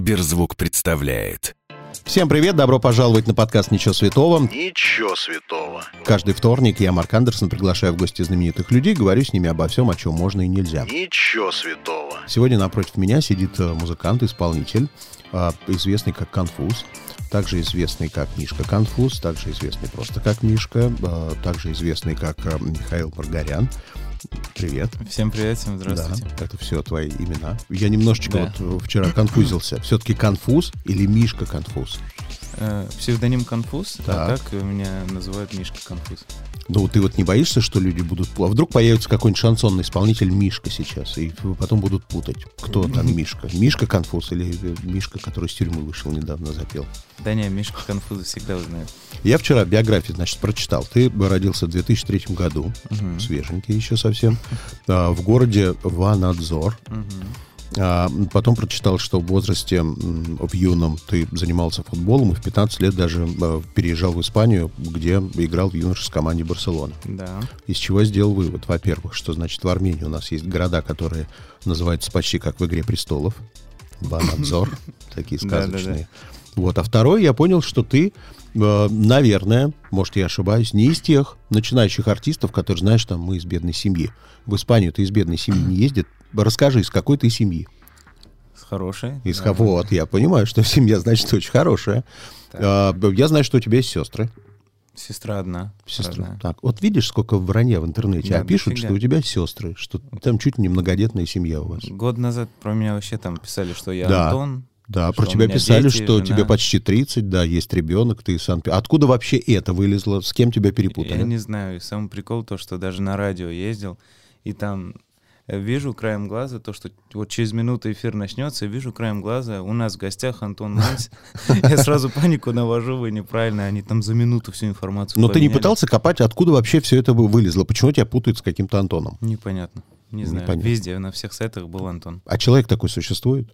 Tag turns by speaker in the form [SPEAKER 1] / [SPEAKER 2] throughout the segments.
[SPEAKER 1] Сберзвук представляет.
[SPEAKER 2] Всем привет, добро пожаловать на подкаст «Ничего святого».
[SPEAKER 3] Ничего святого.
[SPEAKER 2] Каждый вторник я, Марк Андерсон, приглашаю в гости знаменитых людей, говорю с ними обо всем, о чем можно и нельзя.
[SPEAKER 3] Ничего святого.
[SPEAKER 2] Сегодня напротив меня сидит э, музыкант-исполнитель, э, известный как Конфуз, также известный как Мишка Конфуз, также известный просто как Мишка, э, также известный как э, Михаил Маргарян. Привет.
[SPEAKER 4] Всем привет, всем здравствуйте.
[SPEAKER 2] Да, это все твои имена. Я немножечко
[SPEAKER 4] Да.
[SPEAKER 2] вот э, вчера конфузился. Все-таки Конфуз или Мишка Конфуз?
[SPEAKER 4] Э, Псевдоним Конфуз, а
[SPEAKER 2] Так.
[SPEAKER 4] так меня называют Мишка Конфуз.
[SPEAKER 2] Ну, ты вот не боишься, что люди будут... пу- А вдруг появится какой-нибудь шансонный исполнитель Мишка сейчас, и потом будут путать, кто там Мишка. Мишка Конфуз или э, Мишка, который из тюрьмы вышел недавно, запел.
[SPEAKER 4] Да не, Мишка Конфуза всегда узнает.
[SPEAKER 2] Я вчера биографию, значит, прочитал. Ты родился в 2003 году, свеженький еще совсем, а, в городе Ванадзор. А, м, Потом прочитал, что в возрасте м, в юном ты занимался футболом и в 15 лет даже э, переезжал в Испанию, где играл в юношеской команде Барселона.
[SPEAKER 4] Да.
[SPEAKER 2] Из чего я сделал вывод, во-первых, что значит в Армении у нас есть города, которые называются почти как в «Игре престолов». Банадзор, такие
[SPEAKER 4] Да, да, да.
[SPEAKER 2] сказочные. Вот, а второй, я понял, что ты, э, наверное, может, я ошибаюсь, не из тех начинающих артистов, которые, знаешь, там, мы из бедной семьи. В Испанию ты из бедной семьи не ездит. Расскажи, из какой ты семьи?
[SPEAKER 4] С хорошей.
[SPEAKER 2] Из
[SPEAKER 4] да.
[SPEAKER 2] кого? Вот, я понимаю, что семья, значит, очень хорошая. Э, я знаю, что у тебя есть сестры.
[SPEAKER 4] Сестра одна.
[SPEAKER 2] Сестра.
[SPEAKER 4] родная.
[SPEAKER 2] Так, вот видишь, сколько вранья в интернете,
[SPEAKER 4] Да,
[SPEAKER 2] а пишут,
[SPEAKER 4] дофига.
[SPEAKER 2] что у тебя сестры, что там чуть ли не многодетная семья у вас.
[SPEAKER 4] Год назад про меня вообще там писали, что я
[SPEAKER 2] Да.
[SPEAKER 4] Антон.
[SPEAKER 2] Да, про
[SPEAKER 4] что у
[SPEAKER 2] тебя
[SPEAKER 4] меня
[SPEAKER 2] писали,
[SPEAKER 4] дети,
[SPEAKER 2] что
[SPEAKER 4] жена.
[SPEAKER 2] тебе почти 30, да, есть ребенок, ты из санкт Откуда вообще это вылезло? С кем тебя перепутали?
[SPEAKER 4] Я не знаю. И самый прикол то, что даже на радио ездил, и там э, вижу краем глаза то, что вот через минуту эфир начнется, и вижу краем глаза, у нас в гостях Антон Мальц. Я сразу панику навожу, вы неправильно, они там за минуту всю информацию
[SPEAKER 2] Но ты не
[SPEAKER 4] поменяли.
[SPEAKER 2] пытался копать, откуда вообще все это вы- вылезло? Почему тебя путают с каким-то Антоном?
[SPEAKER 4] Непонятно. Не знаю.
[SPEAKER 2] Непонятно.
[SPEAKER 4] Везде, на всех сайтах был Антон.
[SPEAKER 2] А человек такой существует?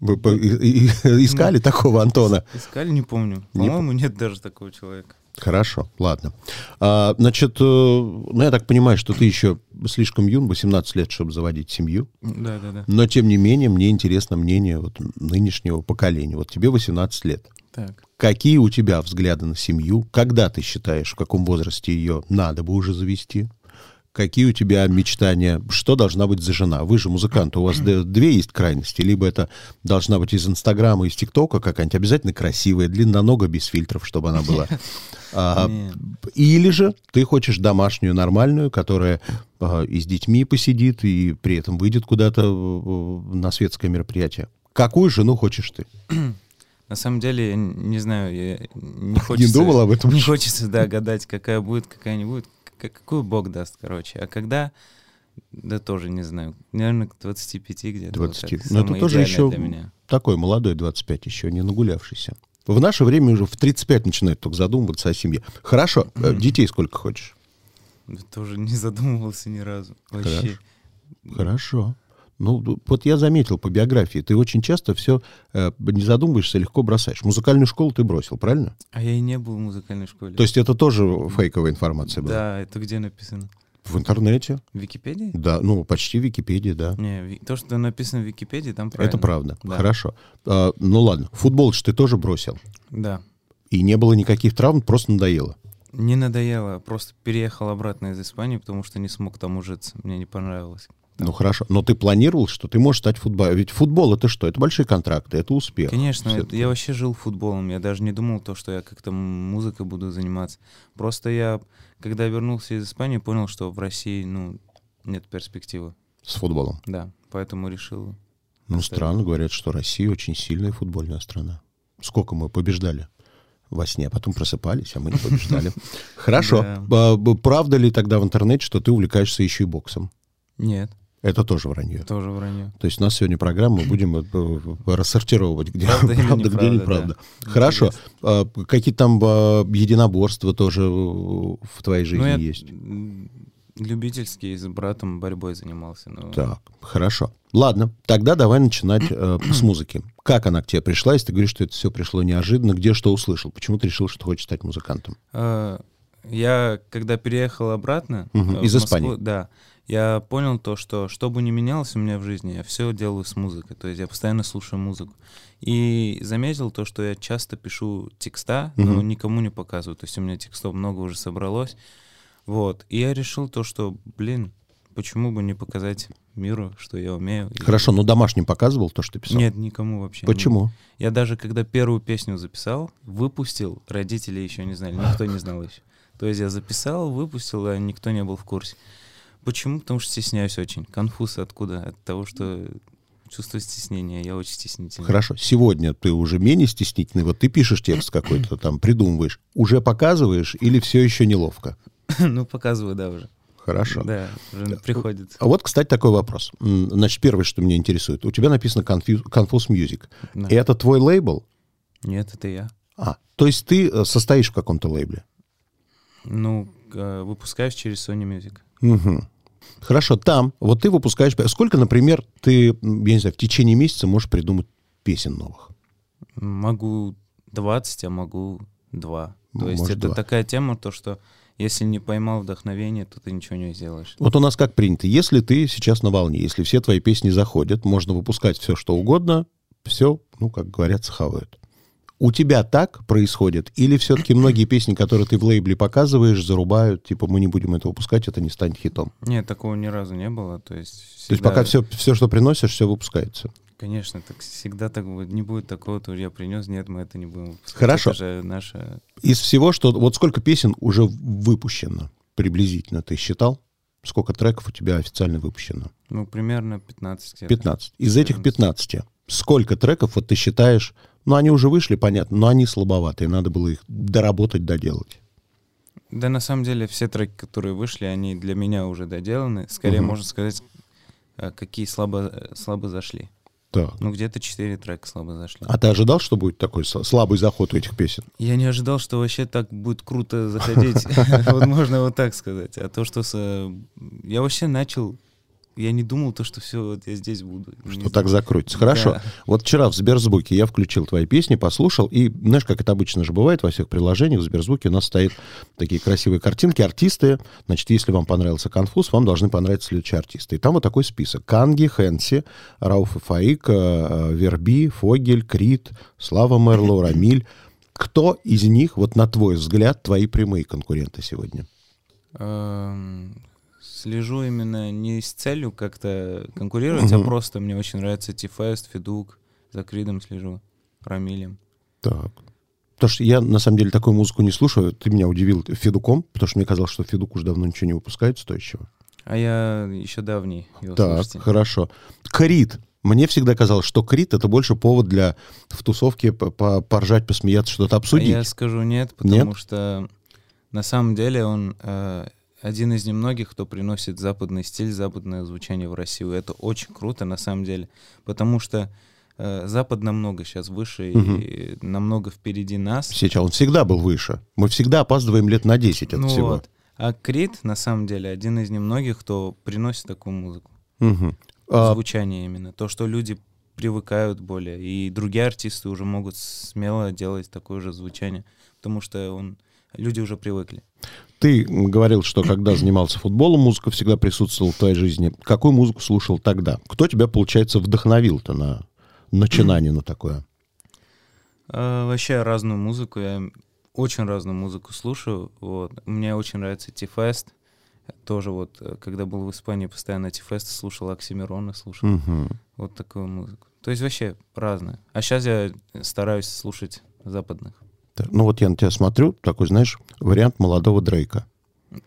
[SPEAKER 2] Вы по- и- и-
[SPEAKER 4] Ну,
[SPEAKER 2] искали такого Антона?
[SPEAKER 4] Искали, не помню.
[SPEAKER 2] Не
[SPEAKER 4] По-моему, нет даже такого человека.
[SPEAKER 2] Хорошо, ладно. А, значит, э, ну я так понимаю, что ты еще слишком юн, 18 лет, чтобы заводить семью.
[SPEAKER 4] Да, да, да.
[SPEAKER 2] Но, тем не менее, мне интересно мнение вот нынешнего поколения. Вот тебе 18 лет.
[SPEAKER 4] Так.
[SPEAKER 2] Какие у тебя взгляды на семью? Когда ты считаешь, в каком возрасте ее надо бы уже завести? Какие у тебя мечтания? Что должна быть за жена? Вы же музыкант, у вас д- две есть крайности. Либо это должна быть из Инстаграма, из ТикТока какая-нибудь, обязательно красивая, длиннонога, без фильтров, чтобы она была. А,
[SPEAKER 4] Не.
[SPEAKER 2] или же ты хочешь домашнюю, нормальную, которая а, и с детьми посидит, и при этом выйдет куда-то э, на светское мероприятие. Какую жену хочешь ты?
[SPEAKER 4] На самом деле, я н- не знаю, я не хочется...
[SPEAKER 2] думал об этом
[SPEAKER 4] Не
[SPEAKER 2] еще?
[SPEAKER 4] хочется, да, гадать, какая будет, какая не будет. к- Какую бог даст, короче. А когда... Да тоже не знаю. Наверное, к 25 где-то. вот
[SPEAKER 2] 20.
[SPEAKER 4] так,
[SPEAKER 2] Ну, это
[SPEAKER 4] самое
[SPEAKER 2] тоже
[SPEAKER 4] идеальное
[SPEAKER 2] еще
[SPEAKER 4] Для меня.
[SPEAKER 2] такой молодой, 25, еще не нагулявшийся. В наше время уже в 35 начинают только задумываться о семье. Хорошо, э, детей сколько хочешь?
[SPEAKER 4] Да Тоже не задумывался ни разу. Вообще.
[SPEAKER 2] Хорошо. Хорошо. Ну, д- вот я заметил по биографии, ты очень часто все не задумываешься, легко бросаешь. Музыкальную школу ты бросил, правильно?
[SPEAKER 4] А я и не был в музыкальной школе.
[SPEAKER 2] То есть это тоже фейковая информация была?
[SPEAKER 4] да, это где написано?
[SPEAKER 2] В интернете?
[SPEAKER 4] В Википедии?
[SPEAKER 2] Да, ну, почти Википедия, да.
[SPEAKER 4] Не, ви- то, что написано в Википедии, там правильно.
[SPEAKER 2] Это правда.
[SPEAKER 4] Да.
[SPEAKER 2] Хорошо. А, ну ладно, футбол же ты тоже бросил.
[SPEAKER 4] Да.
[SPEAKER 2] И не было никаких травм, просто надоело.
[SPEAKER 4] Не надоело, просто переехал обратно из Испании, потому что не смог там ужиться, мне не понравилось.
[SPEAKER 2] Ну хорошо. Но ты планировал, что ты можешь стать футболистом. Ведь футбол это что? Это большие контракты, это успех.
[SPEAKER 4] Конечно,
[SPEAKER 2] Всё
[SPEAKER 4] это- я вообще жил футболом, я даже не думал то, что я как-то м- музыкой буду заниматься. Просто я, когда вернулся из Испании, понял, что в России, ну, нет перспективы,
[SPEAKER 2] С футболом.
[SPEAKER 4] да, поэтому решил.
[SPEAKER 2] Ну,
[SPEAKER 4] Оставим.
[SPEAKER 2] странно, говорят, что Россия очень сильная футбольная страна. Сколько мы побеждали во сне, а потом просыпались, а мы не побеждали. Хорошо. А, б- Правда ли тогда в интернете, что ты увлекаешься еще и боксом?
[SPEAKER 4] Нет,
[SPEAKER 2] Это тоже вранье.
[SPEAKER 4] тоже вранье.
[SPEAKER 2] То есть у нас сегодня программа, мы будем э, э, рассортировывать, где
[SPEAKER 4] Правда
[SPEAKER 2] правда,
[SPEAKER 4] или
[SPEAKER 2] где
[SPEAKER 4] неправда,
[SPEAKER 2] неправда.
[SPEAKER 4] да.
[SPEAKER 2] Хорошо. А, какие там а, единоборства тоже э, в твоей жизни
[SPEAKER 4] Ну, я
[SPEAKER 2] есть?
[SPEAKER 4] м, любительский с братом борьбой занимался. но-
[SPEAKER 2] Так, хорошо. Ладно, тогда давай начинать э, с музыки. Как она к тебе пришла, если ты говоришь, что это все пришло неожиданно, где что услышал? Почему ты решил, что хочешь стать музыкантом?
[SPEAKER 4] Э, я когда переехал обратно
[SPEAKER 2] Мгм,
[SPEAKER 4] э,
[SPEAKER 2] из
[SPEAKER 4] в Москву,
[SPEAKER 2] Испании.
[SPEAKER 4] да, я понял то, что что бы ни менялось у меня в жизни, я все делаю с музыкой, то есть я постоянно слушаю музыку. И заметил то, что я часто пишу текста, но
[SPEAKER 2] Мгм.
[SPEAKER 4] никому не показываю, то есть у меня текстов много уже собралось, вот. И я решил то, что, блин, почему бы не показать миру, что я умею? И-
[SPEAKER 2] Хорошо, но домашним показывал то, что ты писал?
[SPEAKER 4] Нет, никому вообще. не-
[SPEAKER 2] Почему?
[SPEAKER 4] я даже когда первую песню записал, выпустил, родители еще не знали, никто не знал еще. То есть я записал, выпустил, а никто не был в курсе. Почему? Потому что стесняюсь очень. Конфуз откуда? От того, что чувство стеснения. Я очень стеснительный.
[SPEAKER 2] Хорошо, сегодня ты уже менее стеснительный, вот ты пишешь текст какой-то там, придумываешь, уже показываешь или все еще неловко?
[SPEAKER 4] ну, показываю, да, уже.
[SPEAKER 2] Хорошо.
[SPEAKER 4] Да, уже приходит.
[SPEAKER 2] А вот, кстати, такой вопрос. М, Значит, первое, что меня интересует. У тебя написано Confu- Confuse Music.
[SPEAKER 4] Да.
[SPEAKER 2] И это твой лейбл?
[SPEAKER 4] Нет, это я.
[SPEAKER 2] А, то есть ты э, состоишь в каком-то лейбле?
[SPEAKER 4] Ну, э, выпускаюсь через Sony Music.
[SPEAKER 2] Мгм. Хорошо, там, вот ты выпускаешь... пе- Сколько, например, ты, м, я не знаю, в течение месяца можешь придумать песен новых?
[SPEAKER 4] Могу 20, а могу 2. То есть
[SPEAKER 2] Ну, Может,
[SPEAKER 4] это
[SPEAKER 2] два.
[SPEAKER 4] такая тема, то что если не поймал вдохновение, то ты ничего не сделаешь.
[SPEAKER 2] Вот у нас как принято, если ты сейчас на волне, если все твои песни заходят, можно выпускать все, что угодно, все, ну, как говорят, схавают. У тебя так происходит? Или все-таки многие песни, которые ты в лейбле показываешь, зарубают, типа, мы не будем это выпускать, это не станет хитом?
[SPEAKER 4] Нет, такого ни разу не было. То есть,
[SPEAKER 2] То есть
[SPEAKER 4] всегда-
[SPEAKER 2] пока все, все, что приносишь, все выпускается.
[SPEAKER 4] Конечно, так всегда так будет. Не будет такого, то я принес, нет, мы это не будем. выпускать.
[SPEAKER 2] Хорошо.
[SPEAKER 4] Это же наша...
[SPEAKER 2] Из всего, что... Вот сколько песен уже выпущено приблизительно, ты считал? Сколько треков у тебя официально выпущено?
[SPEAKER 4] Ну, примерно 15 где-то.
[SPEAKER 2] 15. Из этих 15 сколько треков вот ты считаешь... Ну, они уже вышли, понятно, но они слабоватые, надо было их доработать, доделать.
[SPEAKER 4] Да, на самом деле, все треки, которые вышли, они для меня уже доделаны. Скорее,
[SPEAKER 2] Мгм.
[SPEAKER 4] можно сказать, э, какие слабо, э, слабо зашли.
[SPEAKER 2] Так.
[SPEAKER 4] Ну, где-то 4 трека слабо зашли.
[SPEAKER 2] А ты ожидал, что будет такой с- слабый заход у этих песен?
[SPEAKER 4] Я не ожидал, что вообще так будет круто заходить. Вот можно вот так сказать. А то, что... с, э, Я вообще начал... Я не думал то, что все, вот я здесь буду. Не
[SPEAKER 2] Что так закрутится. Хорошо.
[SPEAKER 4] Да.
[SPEAKER 2] Вот вчера в Сберзвуке я включил твои песни, послушал, и знаешь, как это обычно же бывает во всех приложениях, в Сберзвуке у нас стоят такие красивые картинки, артисты. Значит, если вам понравился «Конфуз», вам должны понравиться следующие артисты. И там вот такой список. Канги, Хэнси, Рауф и Фаик, э, э, Верби, Фогель, Крит, Слава Мерло, Рамиль. Кто из них, вот на твой взгляд, твои прямые конкуренты сегодня?
[SPEAKER 4] Эм, Слежу именно не с целью как-то конкурировать, а просто мне очень нравится Тифест, Федук, за Кридом слежу, Рамилем.
[SPEAKER 2] Так. Потому что я, на самом деле, такую музыку не слушаю. Ты меня удивил Федуком, потому что мне казалось, что Федук уже давно ничего не выпускает стоящего.
[SPEAKER 4] А я еще давний его
[SPEAKER 2] так,
[SPEAKER 4] слушатель.
[SPEAKER 2] хорошо. Крит. Мне всегда казалось, что Крит — это больше повод для в тусовке по- по- поржать, посмеяться, что-то
[SPEAKER 4] А
[SPEAKER 2] обсудить.
[SPEAKER 4] я скажу нет, потому
[SPEAKER 2] Нет?
[SPEAKER 4] что на самом деле он э, один из немногих, кто приносит западный стиль, западное звучание в Россию. Это очень круто на самом деле, потому что э, Запад намного сейчас выше и намного впереди нас.
[SPEAKER 2] Сейчас он всегда был выше. Мы всегда опаздываем лет на 10 от
[SPEAKER 4] Ну
[SPEAKER 2] всего.
[SPEAKER 4] вот. А Крит, на самом деле, один из немногих, кто приносит такую музыку.
[SPEAKER 2] Мгм. А,
[SPEAKER 4] Звучание именно. То, что люди привыкают более. И другие артисты уже могут смело делать такое же звучание. Потому что он... люди уже привыкли.
[SPEAKER 2] ты говорил, что когда занимался футболом, музыка всегда присутствовала в твоей жизни. Какую музыку слушал тогда? Кто тебя, получается, вдохновил-то на начинание на такое?
[SPEAKER 4] А, вообще разную музыку. Я очень разную музыку слушаю. Вот. Мне очень нравится Ти-фест. Тоже вот, э, когда был в Испании, постоянно Ти-фест слушал, Оксимирона слушал.
[SPEAKER 2] Мгм.
[SPEAKER 4] Вот такую музыку. То есть вообще разное. А сейчас я стараюсь слушать западных.
[SPEAKER 2] Так, Ну вот я на тебя смотрю, такой, знаешь, вариант молодого Дрейка.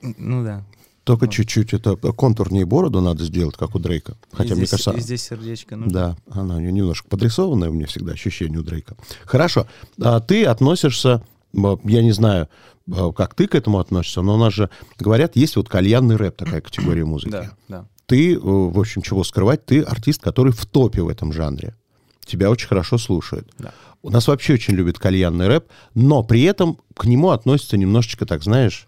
[SPEAKER 4] Ну да.
[SPEAKER 2] Только чуть-чуть это э, контурнее бороду надо сделать, как у Дрейка. Хотя,
[SPEAKER 4] и
[SPEAKER 2] мне
[SPEAKER 4] здесь,
[SPEAKER 2] кажется, а,
[SPEAKER 4] и здесь сердечко. ну, нужно.
[SPEAKER 2] да, она у нее немножко подрисованная, у меня всегда ощущение у Дрейка. Хорошо, а ты относишься, м, я не знаю, а, как ты к этому относишься, но у нас же, говорят, есть вот кальянный рэп, такая категория музыки.
[SPEAKER 4] да, да.
[SPEAKER 2] Ты, э, в общем, чего скрывать, ты артист, который в топе в этом жанре. Тебя очень хорошо слушают.
[SPEAKER 4] Да.
[SPEAKER 2] У нас вообще очень любят кальянный рэп, но при этом к нему относятся немножечко, так знаешь,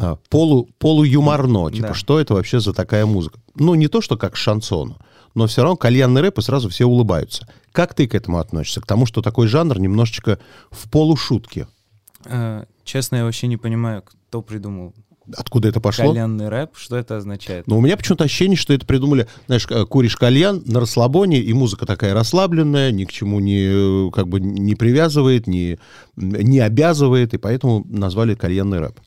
[SPEAKER 2] а, полу, полуюморно. Типа,
[SPEAKER 4] Да.
[SPEAKER 2] что это вообще за такая музыка? Ну, не то, что как к шансону, но все равно кальянный рэп, и сразу все улыбаются. Как ты к этому относишься? К тому, что такой жанр немножечко в полушутке.
[SPEAKER 4] Э, Честно, я вообще не понимаю, кто придумал
[SPEAKER 2] Откуда это пошло?
[SPEAKER 4] кальянный рэп, что это означает.
[SPEAKER 2] Но у меня почему-то ощущение, что это придумали, знаешь, э, куришь кальян на расслабоне, и музыка такая расслабленная, ни к чему не, э, как бы, не привязывает, не, не обязывает, и поэтому назвали кальянный рэп.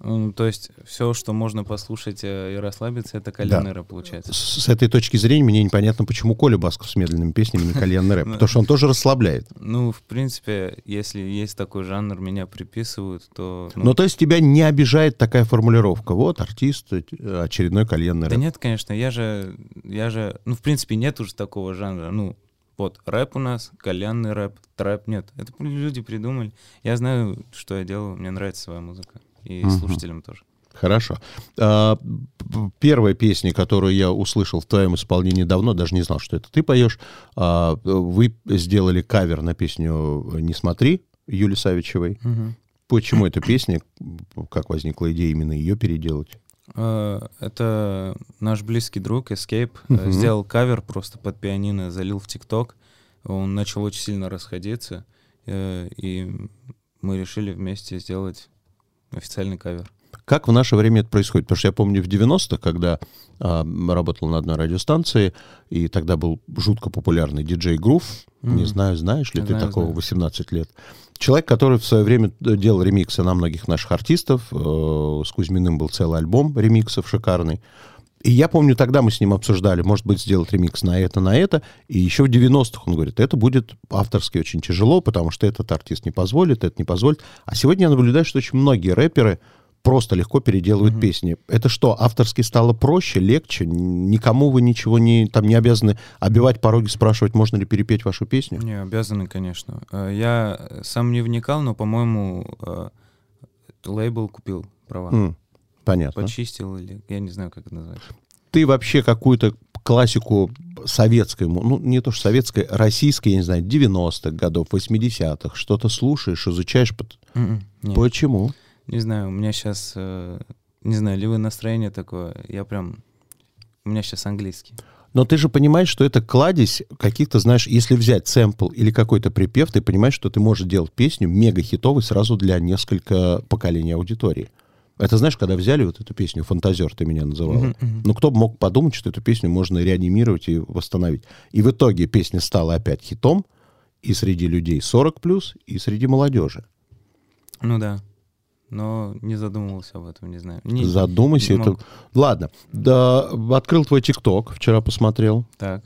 [SPEAKER 4] Ну, то есть все, что можно послушать э, и расслабиться, это кальянный рэп получается.
[SPEAKER 2] С, с этой точки зрения мне непонятно, почему Коля Басков с медленными песнями не кальянный рэп, потому что он тоже расслабляет.
[SPEAKER 4] Ну, в принципе, если есть такой жанр, меня приписывают, то... ну,
[SPEAKER 2] Ну, то есть тебя не обижает такая формулировка. Вот, артист, э, очередной кальянный
[SPEAKER 4] да
[SPEAKER 2] рэп.
[SPEAKER 4] нет, конечно, я же, я же... Ну, в принципе, нет уже такого жанра. Ну, вот, рэп у нас, кальянный рэп, трэп нет. Это люди придумали. Я знаю, что я делаю, мне нравится своя музыка. И
[SPEAKER 2] Мгм.
[SPEAKER 4] слушателям тоже.
[SPEAKER 2] Хорошо. А, п- первая песня, которую я услышал в твоем исполнении давно, даже не знал, что это ты поешь, а, вы сделали кавер на песню «Не смотри» Юли Савичевой. Почему эта песня, как возникла идея именно ее переделать?
[SPEAKER 4] Э, Это наш близкий друг Escape э,
[SPEAKER 2] Мгм.
[SPEAKER 4] сделал кавер просто под пианино, залил в ТикТок. Он начал очень сильно расходиться, э, и мы решили вместе сделать официальный кавер.
[SPEAKER 2] Как в наше время это происходит? Потому что я помню в 90-х, когда а, работал на одной радиостанции, и тогда был жутко популярный диджей Грув. Не
[SPEAKER 4] Мгм.
[SPEAKER 2] знаю, знаешь ли ты
[SPEAKER 4] Знаю,
[SPEAKER 2] такого
[SPEAKER 4] знаю.
[SPEAKER 2] 18 лет. Человек, который в свое время э, делал ремиксы на многих наших артистов. Э, С Кузьминым был целый альбом ремиксов шикарный. И я помню, тогда мы с ним обсуждали, может быть, сделать ремикс на это, на это. И еще в 90-х он говорит, это будет авторски очень тяжело, потому что этот артист не позволит, этот не позволит. А сегодня я наблюдаю, что очень многие рэперы просто легко переделывают песни. Это что, авторски стало проще, легче? Н- Никому вы ничего не, там, не обязаны обивать пороги, спрашивать, можно ли перепеть вашу песню?
[SPEAKER 4] Не, обязаны, конечно. Э, Я э, сам не вникал, но, по-моему, э, лейбл купил права.
[SPEAKER 2] М, Понятно.
[SPEAKER 4] Почистил или... Я не знаю, как это называется.
[SPEAKER 2] Ты вообще какую-то классику советской, му- ну не то что советской, российской, я не знаю, 90-х годов, 80-х, что-то слушаешь, изучаешь. пот-
[SPEAKER 4] М-м, не.
[SPEAKER 2] Почему?
[SPEAKER 4] Не знаю, у меня сейчас, не знаю, левое настроение такое. Я прям, у меня сейчас английский.
[SPEAKER 2] Но ты же понимаешь, что это кладезь каких-то, знаешь, если взять сэмпл или какой-то припев, ты понимаешь, что ты можешь делать песню мега-хитовой сразу для несколько поколений аудитории. Это знаешь, когда взяли вот эту песню «Фантазер» ты меня называла.
[SPEAKER 4] Мгм, мгм.
[SPEAKER 2] Ну, кто бы мог подумать, что эту песню можно реанимировать и восстановить. И в итоге песня стала опять хитом и среди людей 40+, и среди молодежи.
[SPEAKER 4] Ну да. Но не задумывался об этом, не знаю. Не-
[SPEAKER 2] Задумайся.
[SPEAKER 4] не
[SPEAKER 2] это...
[SPEAKER 4] мог.
[SPEAKER 2] Ладно. Да, открыл твой ТикТок, вчера посмотрел.
[SPEAKER 4] Так.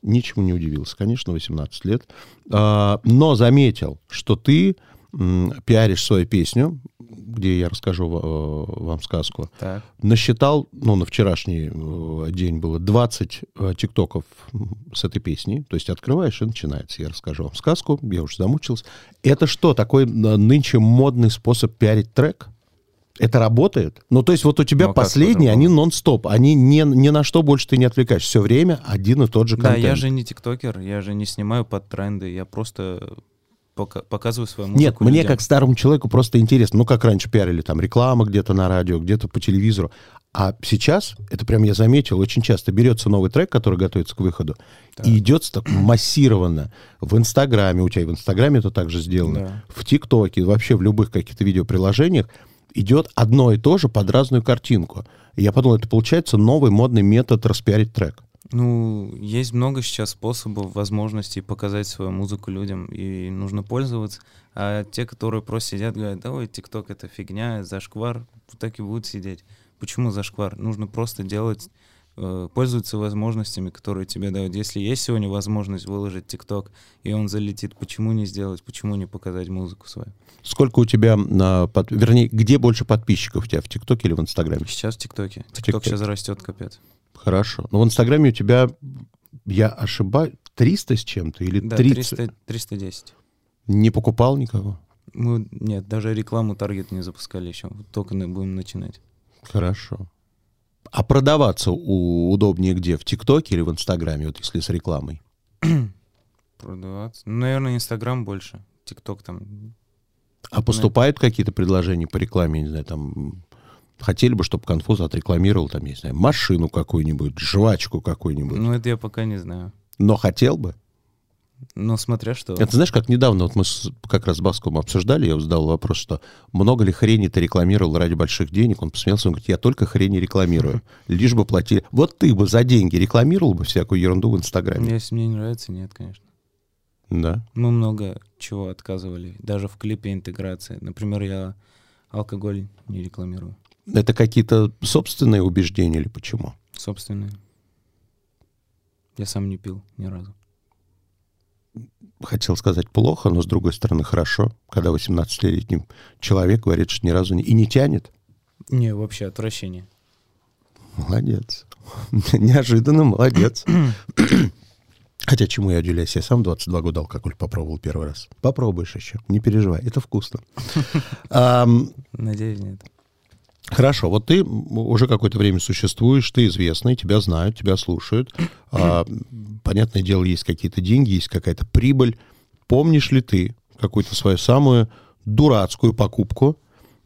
[SPEAKER 2] ничему не удивился, конечно, 18 лет, А, но заметил, что ты м, пиаришь свою песню, где я расскажу э, вам сказку,
[SPEAKER 4] Так.
[SPEAKER 2] насчитал, ну, на вчерашний э, день было 20 э, тиктоков м, с этой песней, то есть открываешь и начинается, я расскажу вам сказку, я уже замучился. Это что, такой э, нынче модный способ пиарить трек? Это работает? Ну, то есть вот у тебя
[SPEAKER 4] Ну, а как
[SPEAKER 2] последние, они
[SPEAKER 4] по-другому?
[SPEAKER 2] нон-стоп, они не, ни на что больше ты не отвлекаешься, все время один и тот же
[SPEAKER 4] Да,
[SPEAKER 2] контент.
[SPEAKER 4] я же не тиктокер, я же не снимаю под тренды, я просто пока- показываю свою музыку.
[SPEAKER 2] Нет, мне
[SPEAKER 4] людям.
[SPEAKER 2] как старому человеку просто интересно. Ну, как раньше пиарили, там, реклама где-то на радио, где-то по телевизору. А сейчас, это прям я заметил, очень часто берется новый трек, который готовится к выходу, и идет так массированно в Инстаграме. У тебя и в Инстаграме это также сделано.
[SPEAKER 4] Да.
[SPEAKER 2] В ТикТоке, вообще в любых каких-то видеоприложениях идет одно и то же под разную картинку. И я подумал, это получается новый модный метод распиарить трек.
[SPEAKER 4] Ну, есть много сейчас способов, возможностей показать свою музыку людям, и нужно пользоваться. А те, которые просто сидят, говорят, да ой, ТикТок это фигня, зашквар, вот так и будут сидеть. Почему зашквар? Нужно просто делать, э, пользоваться возможностями, которые тебе дают. Если есть сегодня возможность выложить ТикТок, и он залетит, почему не сделать, почему не показать музыку свою?
[SPEAKER 2] Сколько у тебя, на под- вернее, где больше подписчиков у тебя, в ТикТоке или в Инстаграме?
[SPEAKER 4] Сейчас в ТикТоке. ТикТок
[SPEAKER 2] ТикТоке.
[SPEAKER 4] сейчас растет, капец.
[SPEAKER 2] Хорошо. Но в Инстаграме у тебя, я ошибаюсь, 300 с чем-то или
[SPEAKER 4] Да,
[SPEAKER 2] 30?
[SPEAKER 4] 300, 310.
[SPEAKER 2] Не покупал никого?
[SPEAKER 4] Мы, нет, даже рекламу Таргет не запускали еще. Вот только на- будем начинать.
[SPEAKER 2] Хорошо. А продаваться у, удобнее где? В ТикТоке или в Инстаграме, вот если с рекламой?
[SPEAKER 4] Продаваться. Ну, наверное, Инстаграм больше. ТикТок там.
[SPEAKER 2] А поступают какие-то предложения по рекламе, не знаю, там... м, Хотели бы, чтобы Конфуз отрекламировал, там, я не знаю, машину какую-нибудь, жвачку какую-нибудь.
[SPEAKER 4] Ну, это я пока не знаю.
[SPEAKER 2] Но хотел бы.
[SPEAKER 4] Ну, смотря что.
[SPEAKER 2] Это знаешь, как недавно, вот мы с- как раз с Басковым обсуждали, я задал вопрос, что много ли хрени ты рекламировал ради больших денег? Он посмеялся, он говорит, я только хрени рекламирую, лишь бы платили. Вот ты бы за деньги рекламировал бы всякую ерунду в Инстаграме.
[SPEAKER 4] Если мне не нравится, нет, конечно.
[SPEAKER 2] Да.
[SPEAKER 4] Мы много чего отказывали, даже в клипе интеграции. Например, я алкоголь не рекламирую.
[SPEAKER 2] Это какие-то собственные убеждения или почему?
[SPEAKER 4] Собственные. Я сам не пил ни разу.
[SPEAKER 2] Хотел сказать плохо, но с другой стороны хорошо, когда 18-летний человек говорит, что ни разу не... И не тянет.
[SPEAKER 4] Не, вообще отвращение.
[SPEAKER 2] Молодец. Неожиданно молодец. Хотя чему я удивляюсь, я сам 22 года алкоголь попробовал первый раз. Попробуешь еще, не переживай, это вкусно. Ам,
[SPEAKER 4] Надеюсь, нет.
[SPEAKER 2] Хорошо, вот ты уже какое-то время существуешь, ты известный, тебя знают, тебя слушают. А, понятное дело, есть какие-то деньги, есть какая-то прибыль. Помнишь ли ты какую-то свою самую дурацкую покупку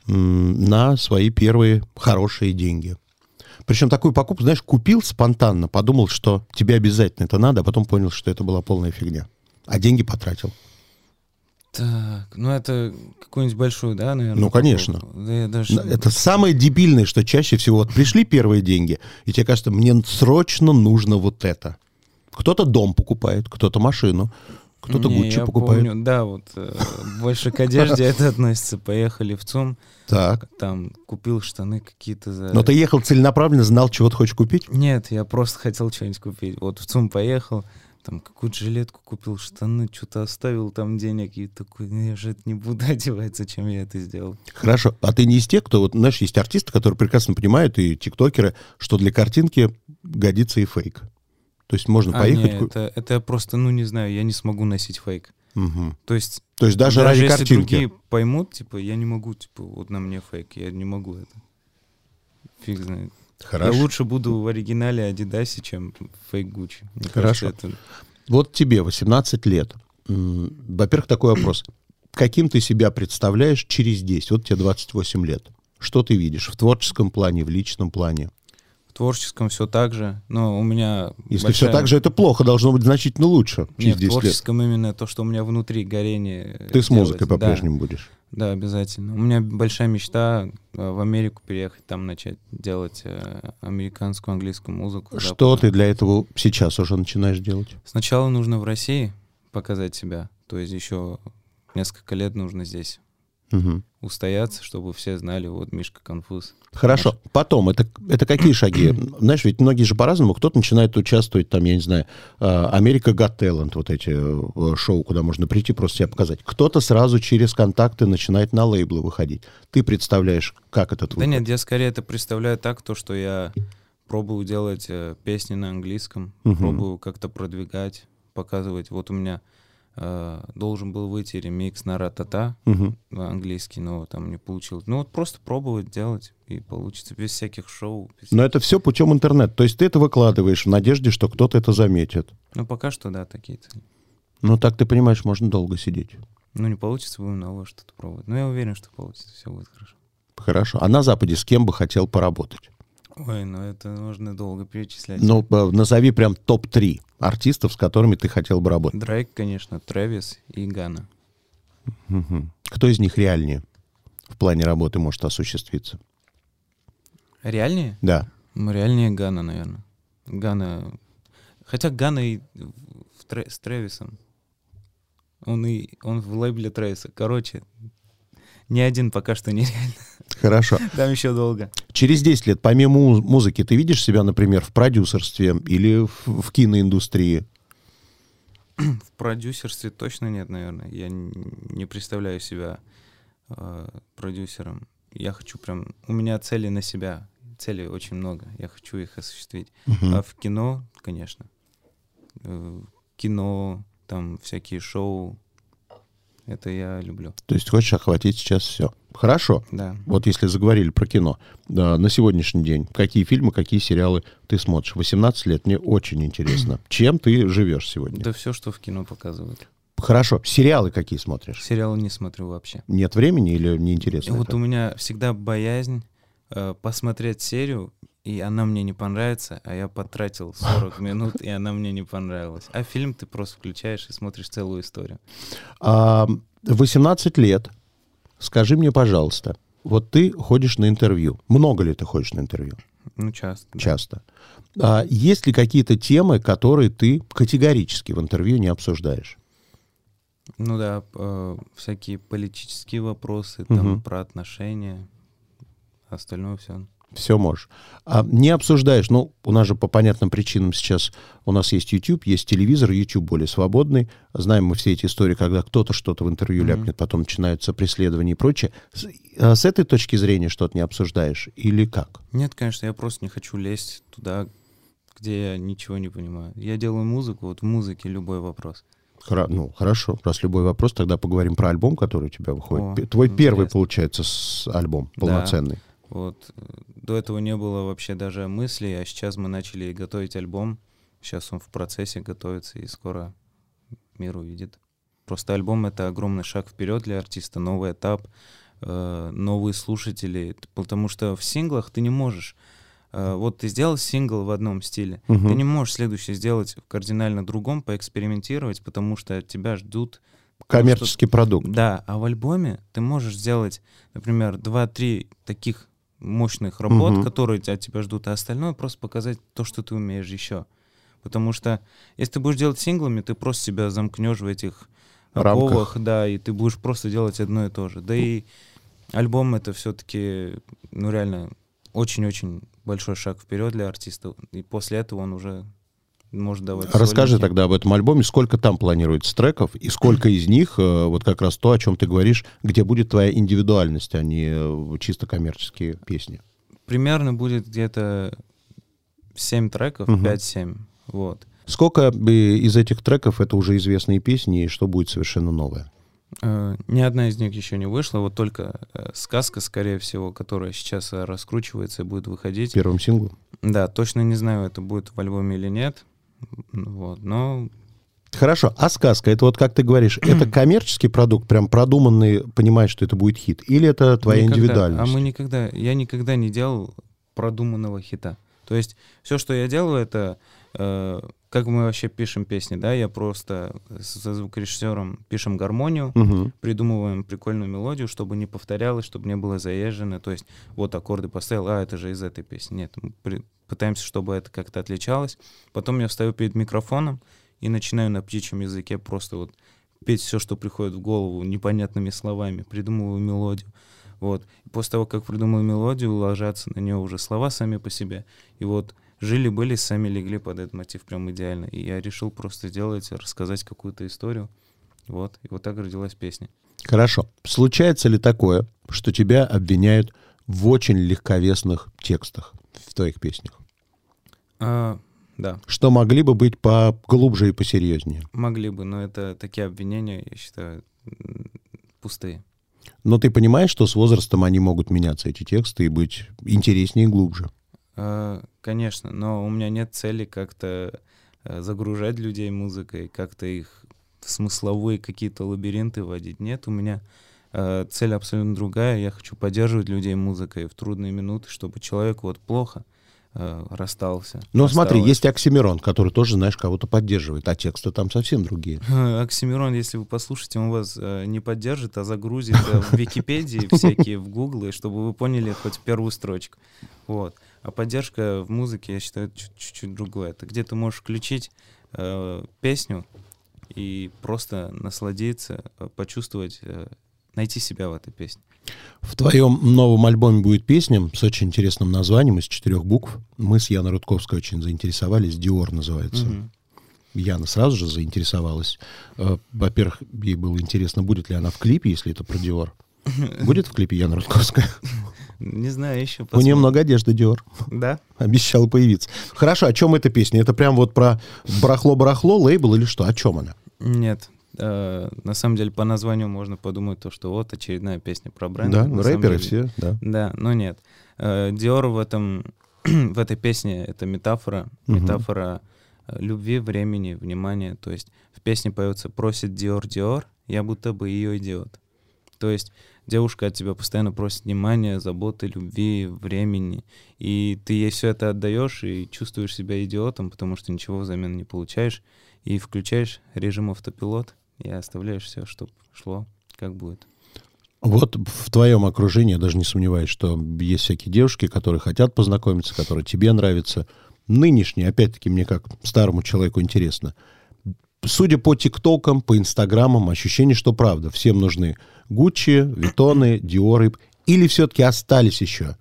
[SPEAKER 2] м, на свои первые хорошие деньги? Причем такую покупку, знаешь, купил спонтанно, подумал, что тебе обязательно это надо, а потом понял, что это была полная фигня. А деньги потратил.
[SPEAKER 4] Так, ну это какую-нибудь большую, да, наверное?
[SPEAKER 2] Ну, конечно.
[SPEAKER 4] покупку? Да я даже...
[SPEAKER 2] На- Это самое дебильное, что чаще всего. Вот пришли первые деньги, и тебе кажется, мне срочно нужно вот это. Кто-то дом покупает, кто-то машину, кто-то
[SPEAKER 4] Не,
[SPEAKER 2] Гуччи
[SPEAKER 4] я
[SPEAKER 2] покупает.
[SPEAKER 4] помню, да, вот э, больше к одежде это относится. Поехали в ЦУМ,
[SPEAKER 2] Так.
[SPEAKER 4] там купил штаны какие-то за...
[SPEAKER 2] Но ты ехал целенаправленно, знал, чего ты хочешь купить?
[SPEAKER 4] Нет, я просто хотел что-нибудь купить. Вот в ЦУМ поехал, там какую-то жилетку купил, штаны, что-то оставил там денег, и такой, «Не, я же это не буду одевать, зачем я это сделал.
[SPEAKER 2] Хорошо. А ты не из тех, кто, вот, знаешь, есть артисты, которые прекрасно понимают, и тиктокеры, что для картинки годится и фейк. То есть можно
[SPEAKER 4] А,
[SPEAKER 2] Ну, поехать...
[SPEAKER 4] не,
[SPEAKER 2] ку-
[SPEAKER 4] это, это я просто, ну не знаю, я не смогу носить фейк.
[SPEAKER 2] Мгм.
[SPEAKER 4] То есть
[SPEAKER 2] То есть даже, ради
[SPEAKER 4] если
[SPEAKER 2] картинки.
[SPEAKER 4] другие поймут, типа, я не могу, типа, вот на мне фейк, я не могу это. Фиг знает.
[SPEAKER 2] Хорошо.
[SPEAKER 4] Я лучше буду в оригинале Адидасе, чем фейк Гуччи. Мне
[SPEAKER 2] Хорошо.
[SPEAKER 4] кажется, это-
[SPEAKER 2] Вот тебе 18 лет. М, Во-первых, такой вопрос. Каким ты себя представляешь через 10? Вот тебе 28 лет. Что ты видишь в творческом плане, в личном плане?
[SPEAKER 4] в творческом все так же, но у меня...
[SPEAKER 2] Если
[SPEAKER 4] большая-
[SPEAKER 2] все так же, это плохо, должно быть значительно лучше
[SPEAKER 4] Не,
[SPEAKER 2] через
[SPEAKER 4] в
[SPEAKER 2] 10 лет.
[SPEAKER 4] творческом именно то, что у меня внутри горение. э,
[SPEAKER 2] Ты с музыкой
[SPEAKER 4] делать. Да,
[SPEAKER 2] по-прежнему будешь.
[SPEAKER 4] Да, обязательно. У меня большая мечта э, в Америку переехать, там начать делать э, американскую английскую музыку.
[SPEAKER 2] Что
[SPEAKER 4] западную.
[SPEAKER 2] ты для этого сейчас уже начинаешь делать?
[SPEAKER 4] Сначала нужно в России показать себя, то есть еще несколько лет нужно здесь
[SPEAKER 2] Мгм.
[SPEAKER 4] устояться, чтобы все знали, вот Мишка Конфуз.
[SPEAKER 2] Хорошо. Потом, это, это какие шаги? Знаешь, ведь многие же по-разному. Кто-то начинает участвовать, там, я не знаю, э, Америка Got Talent, вот эти э, шоу, куда можно прийти, просто себя показать. Кто-то сразу через контакты начинает на лейблы выходить. Ты представляешь, как это
[SPEAKER 4] Да нет, я скорее это представляю так, то, что я пробую делать э, песни на английском,
[SPEAKER 2] Мгм.
[SPEAKER 4] пробую как-то продвигать, показывать. Вот у меня э, должен был выйти ремикс на Ратата
[SPEAKER 2] Мгм.
[SPEAKER 4] на английский, но там не получилось. Ну вот просто пробовать делать, и получится без всяких шоу. без-
[SPEAKER 2] Но это все путем интернета. То есть ты это выкладываешь в надежде, что кто-то это заметит.
[SPEAKER 4] Ну пока что, да, такие цели.
[SPEAKER 2] Ну, так ты понимаешь, можно долго сидеть.
[SPEAKER 4] Ну не получится, будем новое что-то пробовать. Но я уверен, что получится, все будет хорошо.
[SPEAKER 2] Хорошо. А на Западе с кем бы хотел поработать?
[SPEAKER 4] Ой, ну это нужно долго перечислять.
[SPEAKER 2] Ну, э, назови прям топ-3 артистов, с которыми ты хотел бы работать.
[SPEAKER 4] Дрейк, конечно, Трэвис и Гана.
[SPEAKER 2] Мгм. Кто из них реальнее в плане работы может осуществиться?
[SPEAKER 4] Реальнее?
[SPEAKER 2] Да.
[SPEAKER 4] Ну, Реальнее Гана, наверное. Гана. Хотя Гана и в Трэ- с Трэвисом. Он и он в лейбле Трэвиса. Короче, ни один пока что нереально.
[SPEAKER 2] Хорошо.
[SPEAKER 4] Там еще долго.
[SPEAKER 2] Через 10 лет, помимо му- музыки, ты видишь себя, например, в продюсерстве или в, в киноиндустрии?
[SPEAKER 4] В продюсерстве точно нет, наверное. Я н- не представляю себя э, продюсером. Я хочу прям... У меня цели на себя. Целей очень много. Я хочу их осуществить.
[SPEAKER 2] Мгм.
[SPEAKER 4] А в кино, конечно. Э, Кино, там всякие шоу. Это я люблю.
[SPEAKER 2] То есть хочешь охватить сейчас все. Хорошо.
[SPEAKER 4] Да.
[SPEAKER 2] Вот если заговорили про кино, да, на сегодняшний день какие фильмы, какие сериалы ты смотришь? 18 лет, мне очень интересно. Чем ты живешь сегодня?
[SPEAKER 4] Да все, что в кино показывают.
[SPEAKER 2] Хорошо. Сериалы какие смотришь?
[SPEAKER 4] Сериалы не смотрю вообще.
[SPEAKER 2] Нет времени или неинтересно?
[SPEAKER 4] Вот
[SPEAKER 2] это?
[SPEAKER 4] у меня всегда боязнь э, посмотреть серию и она мне не понравится, а я потратил 40 минут, и она мне не понравилась. А фильм ты просто включаешь и смотришь целую историю.
[SPEAKER 2] А, 18 лет. Скажи мне, пожалуйста, вот ты ходишь на интервью. Много ли ты ходишь на интервью?
[SPEAKER 4] Ну, часто. да.
[SPEAKER 2] Часто. А, есть ли какие-то темы, которые ты категорически в интервью не обсуждаешь?
[SPEAKER 4] Ну да, э, всякие политические вопросы, там,
[SPEAKER 2] Мгм.
[SPEAKER 4] про отношения, остальное все.
[SPEAKER 2] Все можешь. А не обсуждаешь, ну, у нас же по понятным причинам сейчас у нас есть YouTube, есть телевизор, YouTube более свободный. Знаем мы все эти истории, когда кто-то что-то в интервью ляпнет, потом начинаются преследования и прочее. С, а с этой точки зрения что-то не обсуждаешь или как?
[SPEAKER 4] Нет, конечно, я просто не хочу лезть туда, где я ничего не понимаю. Я делаю музыку, вот в музыке любой вопрос.
[SPEAKER 2] Хра- ну, хорошо. Раз любой вопрос, тогда поговорим про альбом, который у тебя выходит.
[SPEAKER 4] О,
[SPEAKER 2] Пе- Твой первый,
[SPEAKER 4] интересно.
[SPEAKER 2] получается, с- альбом
[SPEAKER 4] Да.
[SPEAKER 2] полноценный.
[SPEAKER 4] Вот э, до этого не было вообще даже мыслей, а сейчас мы начали готовить альбом. Сейчас он в процессе готовится и скоро мир увидит. Просто альбом — это огромный шаг вперед для артиста, новый этап, э, новые слушатели. Т- Потому что в синглах ты не можешь... э, Вот ты сделал сингл в одном стиле,
[SPEAKER 2] Мгм.
[SPEAKER 4] ты не можешь следующий сделать в кардинально другом, поэкспериментировать, потому что от тебя ждут
[SPEAKER 2] Коммерческий продукт.
[SPEAKER 4] да, а в альбоме ты можешь сделать, например, 2-3 таких мощных работ,
[SPEAKER 2] Мгм.
[SPEAKER 4] которые от тебя ждут, а остальное просто показать то, что ты умеешь еще. Потому что если ты будешь делать синглами, ты просто себя замкнешь в этих
[SPEAKER 2] Рамках.
[SPEAKER 4] оковах, да, и ты будешь просто делать одно и то же. Да и альбом это все-таки, ну реально, очень-очень большой шаг вперед для артиста, и после этого он уже может давать...
[SPEAKER 2] Расскажи
[SPEAKER 4] сольники.
[SPEAKER 2] тогда об этом альбоме, сколько там планируется треков, и сколько из них, э, вот как раз то, о чем ты говоришь, где будет твоя индивидуальность, а не э, чисто коммерческие песни.
[SPEAKER 4] примерно будет где-то 7 треков,
[SPEAKER 2] Мгм.
[SPEAKER 4] 5-7. Вот.
[SPEAKER 2] Сколько э, из этих треков это уже известные песни, и что будет совершенно новое?
[SPEAKER 4] Э, Ни одна из них еще не вышла, вот только э, сказка, скорее всего, которая сейчас э, раскручивается и будет выходить.
[SPEAKER 2] Первым синглом?
[SPEAKER 4] Да, точно не знаю, это будет в альбоме или нет. М, Вот, но
[SPEAKER 2] Хорошо, а сказка, это вот как ты говоришь, это коммерческий продукт, прям продуманный, понимаешь, что это будет хит, или это твоя
[SPEAKER 4] Никогда.
[SPEAKER 2] индивидуальность?
[SPEAKER 4] А мы никогда, я никогда не делал продуманного хита. То есть все, что я делаю, это э, как мы вообще пишем песни, да? Я просто со звукорежиссером пишем гармонию,
[SPEAKER 2] Мгм.
[SPEAKER 4] придумываем прикольную мелодию, чтобы не повторялось, чтобы не было заезжено. То есть вот аккорды поставил, а это же из этой песни. Нет, мы при- пытаемся, чтобы это как-то отличалось. Потом я встаю перед микрофоном и начинаю на птичьем языке просто вот петь все, что приходит в голову непонятными словами, придумываю мелодию. Вот. И после того, как придумал мелодию, ложатся на нее уже слова сами по себе. И вот жили-были, сами легли под этот мотив прям идеально. И я решил просто сделать, рассказать какую-то историю. Вот. И вот так родилась песня.
[SPEAKER 2] Хорошо. Случается ли такое, что тебя обвиняют в очень легковесных текстах в твоих песнях?
[SPEAKER 4] А, да,
[SPEAKER 2] Что могли бы быть поглубже и посерьезнее?
[SPEAKER 4] могли бы, но это такие обвинения, я считаю, м, пустые.
[SPEAKER 2] Но ты понимаешь, что с возрастом они могут меняться, эти тексты, и быть интереснее и глубже.
[SPEAKER 4] А, конечно, но у меня нет цели как-то э, загружать людей музыкой, как-то их в смысловые какие-то лабиринты вводить. Нет, у меня э, цель абсолютно другая. Я хочу поддерживать людей музыкой в трудные минуты, чтобы человек вот плохо э, расстался.
[SPEAKER 2] Но Ну, смотри,
[SPEAKER 4] рассталась.
[SPEAKER 2] есть Оксимирон, который тоже, знаешь, кого-то поддерживает, а тексты там совсем другие.
[SPEAKER 4] Оксимирон, если вы послушаете, он вас э, не поддержит, а загрузит э, в Википедии всякие, в Гуглы, чтобы вы поняли хоть первую строчку. Вот. А поддержка в музыке, я считаю, чу- чуть-чуть другое. Это где ты можешь включить э, песню и просто насладиться, э, почувствовать, э, найти себя в этой песне.
[SPEAKER 2] В твоем новом альбоме будет песня с очень интересным названием из четырех букв. Мы с Яной Рудковской очень заинтересовались. Диор называется.
[SPEAKER 4] Мгм.
[SPEAKER 2] Яна сразу же заинтересовалась. Э, Во-первых, ей было интересно, будет ли она в клипе, если это про Диор. Будет в клипе Яна Рудковская?
[SPEAKER 4] Не знаю,
[SPEAKER 2] У
[SPEAKER 4] еще
[SPEAKER 2] нее
[SPEAKER 4] посмотрим.
[SPEAKER 2] много одежды Диор.
[SPEAKER 4] Да?
[SPEAKER 2] Обещал появиться. Хорошо, о чем эта песня? Это прям вот про барахло-барахло, лейбл или что? О чем она?
[SPEAKER 4] Нет. Э, на самом деле, по названию можно подумать то, что вот очередная песня про бренд.
[SPEAKER 2] да,
[SPEAKER 4] На самом
[SPEAKER 2] рэперы
[SPEAKER 4] деле-
[SPEAKER 2] все, да.
[SPEAKER 4] Да, но нет. Диор в этом в этой песне это метафора,
[SPEAKER 2] Мгм.
[SPEAKER 4] метафора э, любви, времени, внимания. То есть в песне поется «Просит Диор Диор, я будто бы ее идиот». То есть девушка от тебя постоянно просит внимания, заботы, любви, времени. И ты ей все это отдаешь и чувствуешь себя идиотом, потому что ничего взамен не получаешь. И включаешь режим автопилот и оставляешь все, чтобы шло, как будет.
[SPEAKER 2] Вот в твоем окружении, я даже не сомневаюсь, что есть всякие девушки, которые хотят познакомиться, которые тебе нравятся. Нынешние, опять-таки, мне как старому человеку интересно. Судя по тиктокам, по инстаграмам, ощущение, что правда. Всем нужны Гуччи, Витоны, Диоры. Или все-таки остались еще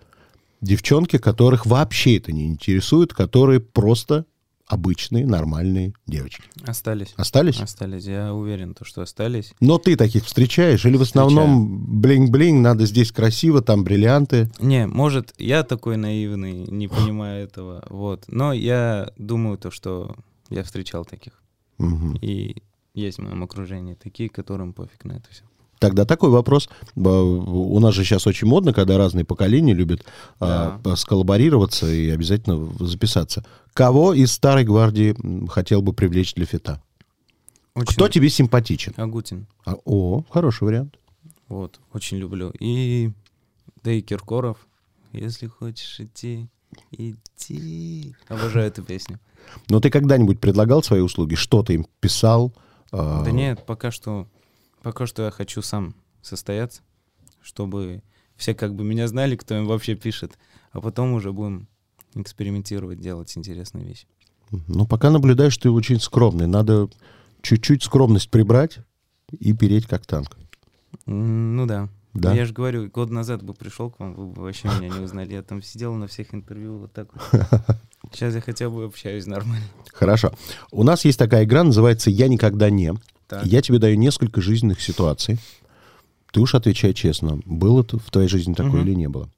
[SPEAKER 2] девчонки, которых вообще это не интересует, которые просто обычные, нормальные девочки.
[SPEAKER 4] Остались.
[SPEAKER 2] Остались?
[SPEAKER 4] Остались, я уверен, то, что остались.
[SPEAKER 2] Но ты таких встречаешь? Или в основном блинг-блинг, надо здесь красиво, там бриллианты?
[SPEAKER 4] Не, может, я такой наивный, не понимаю этого, вот. Но я думаю то, что я встречал таких.
[SPEAKER 2] Мгм.
[SPEAKER 4] И есть в моем окружении такие, которым пофиг на это все.
[SPEAKER 2] Тогда такой вопрос. Б- У нас же сейчас очень модно, когда разные поколения любят а,
[SPEAKER 4] Да.
[SPEAKER 2] п- сколлаборироваться и обязательно в- записаться. Кого из старой гвардии м, хотел бы привлечь для фита?
[SPEAKER 4] Очень...
[SPEAKER 2] Кто тебе симпатичен?
[SPEAKER 4] Агутин.
[SPEAKER 2] А, о, хороший вариант.
[SPEAKER 4] Вот, очень люблю. И да и Киркоров. Если хочешь идти, иди. Обожаю эту песню.
[SPEAKER 2] Но ты когда-нибудь предлагал свои услуги? Что ты им писал? А,
[SPEAKER 4] Да нет, пока что, пока что я хочу сам состояться, чтобы все как бы меня знали, кто им вообще пишет, а потом уже будем экспериментировать, делать интересные вещи.
[SPEAKER 2] Ну, пока наблюдаешь, ты очень скромный. Надо чуть-чуть скромность прибрать и переть как танк.
[SPEAKER 4] М, Ну да.
[SPEAKER 2] Да?
[SPEAKER 4] Я же говорю, год назад бы пришел к вам, вы бы вообще меня не узнали. Я там сидел на всех интервью вот так вот. Сейчас я хотя бы общаюсь нормально.
[SPEAKER 2] Хорошо. У нас есть такая игра, называется «Я никогда не».
[SPEAKER 4] Так.
[SPEAKER 2] Я тебе даю несколько жизненных ситуаций. Ты уж отвечай честно, было т- в твоей жизни такое
[SPEAKER 4] Мгм.
[SPEAKER 2] или не было.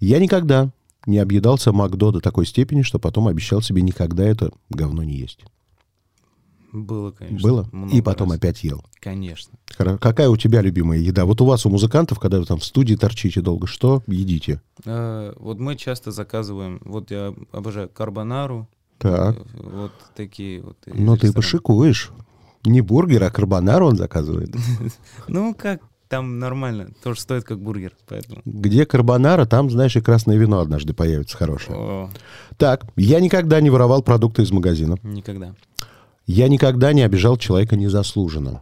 [SPEAKER 2] Я никогда не объедался Макдо до такой степени, что потом обещал себе никогда это говно не есть.
[SPEAKER 4] Было, конечно.
[SPEAKER 2] было? И
[SPEAKER 4] много
[SPEAKER 2] потом
[SPEAKER 4] раз.
[SPEAKER 2] опять ел.
[SPEAKER 4] Конечно.
[SPEAKER 2] Хоро- Какая у тебя любимая еда? Вот у вас, у музыкантов, когда вы там в студии торчите долго, что едите?
[SPEAKER 4] Э, Вот мы часто заказываем, вот я обожаю карбонару,
[SPEAKER 2] Так.
[SPEAKER 4] э, вот такие вот. из
[SPEAKER 2] Ну, ты
[SPEAKER 4] ресторана.
[SPEAKER 2] пошикуешь. Не бургер, а карбонару он заказывает.
[SPEAKER 4] Ну, как там нормально, тоже стоит как бургер, поэтому.
[SPEAKER 2] Где карбонара, там, знаешь, и красное вино однажды появится хорошее.
[SPEAKER 4] О,
[SPEAKER 2] Так, я никогда не воровал продукты из магазина.
[SPEAKER 4] никогда.
[SPEAKER 2] Я никогда не обижал человека незаслуженно.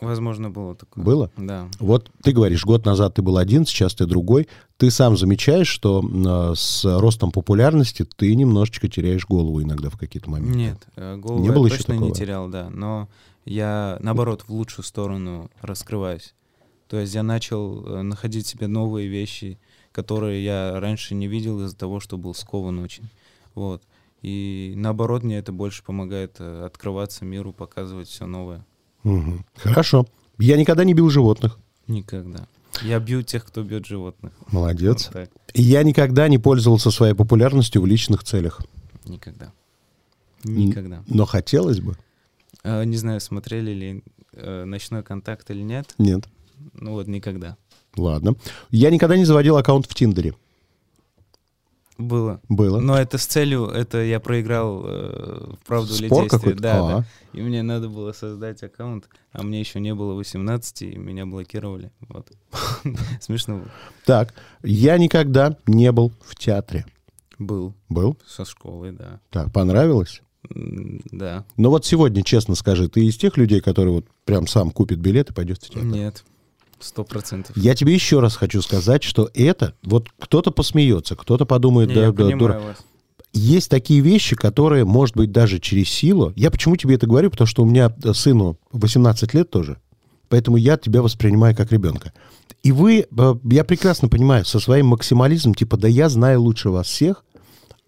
[SPEAKER 4] Возможно, было такое.
[SPEAKER 2] Было?
[SPEAKER 4] Да.
[SPEAKER 2] Вот ты говоришь, год назад ты был один, сейчас ты другой. Ты сам замечаешь, что м, э, с ростом популярности ты немножечко теряешь голову иногда в какие-то моменты.
[SPEAKER 4] Нет, э, голову
[SPEAKER 2] А Не
[SPEAKER 4] я
[SPEAKER 2] было еще
[SPEAKER 4] точно не
[SPEAKER 2] такого?
[SPEAKER 4] терял, да. Но я, наоборот, в лучшую сторону раскрываюсь. То есть я начал э, находить себе новые вещи, которые я раньше не видел из-за того, что был скован очень. Вот. И наоборот, мне это больше помогает э, открываться миру, показывать все новое.
[SPEAKER 2] Мгм. Хорошо. Я никогда не бил животных.
[SPEAKER 4] Никогда. Я бью тех, кто бьет животных.
[SPEAKER 2] Молодец.
[SPEAKER 4] Вот так.
[SPEAKER 2] Я никогда не пользовался своей популярностью в личных целях.
[SPEAKER 4] Никогда. Никогда.
[SPEAKER 2] Но хотелось бы.
[SPEAKER 4] Э, не знаю, смотрели ли э, «Ночной контакт» или нет.
[SPEAKER 2] Нет.
[SPEAKER 4] Ну вот, никогда.
[SPEAKER 2] Ладно. Я никогда не заводил аккаунт в Тиндере.
[SPEAKER 4] Было.
[SPEAKER 2] Было.
[SPEAKER 4] Но это с целью, это я проиграл э, в правду или
[SPEAKER 2] Спор
[SPEAKER 4] действие.
[SPEAKER 2] какой-то?
[SPEAKER 4] Да,
[SPEAKER 2] А.
[SPEAKER 4] да. И мне надо было создать аккаунт, а мне еще не было 18, и меня блокировали. Вот. Смешно было.
[SPEAKER 2] Так, я никогда не был в театре.
[SPEAKER 4] Был.
[SPEAKER 2] Был?
[SPEAKER 4] Со школы, да.
[SPEAKER 2] Так, понравилось?
[SPEAKER 4] М, Да.
[SPEAKER 2] Но вот сегодня, честно скажи, ты из тех людей, которые вот прям сам купит билет и пойдет в театр?
[SPEAKER 4] Нет. Сто процентов.
[SPEAKER 2] Я тебе еще раз хочу сказать, что это... Вот кто-то посмеется, кто-то подумает,
[SPEAKER 4] Не,
[SPEAKER 2] да,
[SPEAKER 4] я
[SPEAKER 2] да,
[SPEAKER 4] понимаю
[SPEAKER 2] дура.
[SPEAKER 4] вас.
[SPEAKER 2] Есть такие вещи, которые, может быть, даже через силу... Я почему тебе это говорю? Потому что у меня э, сыну 18 лет тоже. Поэтому я тебя воспринимаю как ребенка. И вы, э, я прекрасно понимаю, со своим максимализмом, типа, да я знаю лучше вас всех,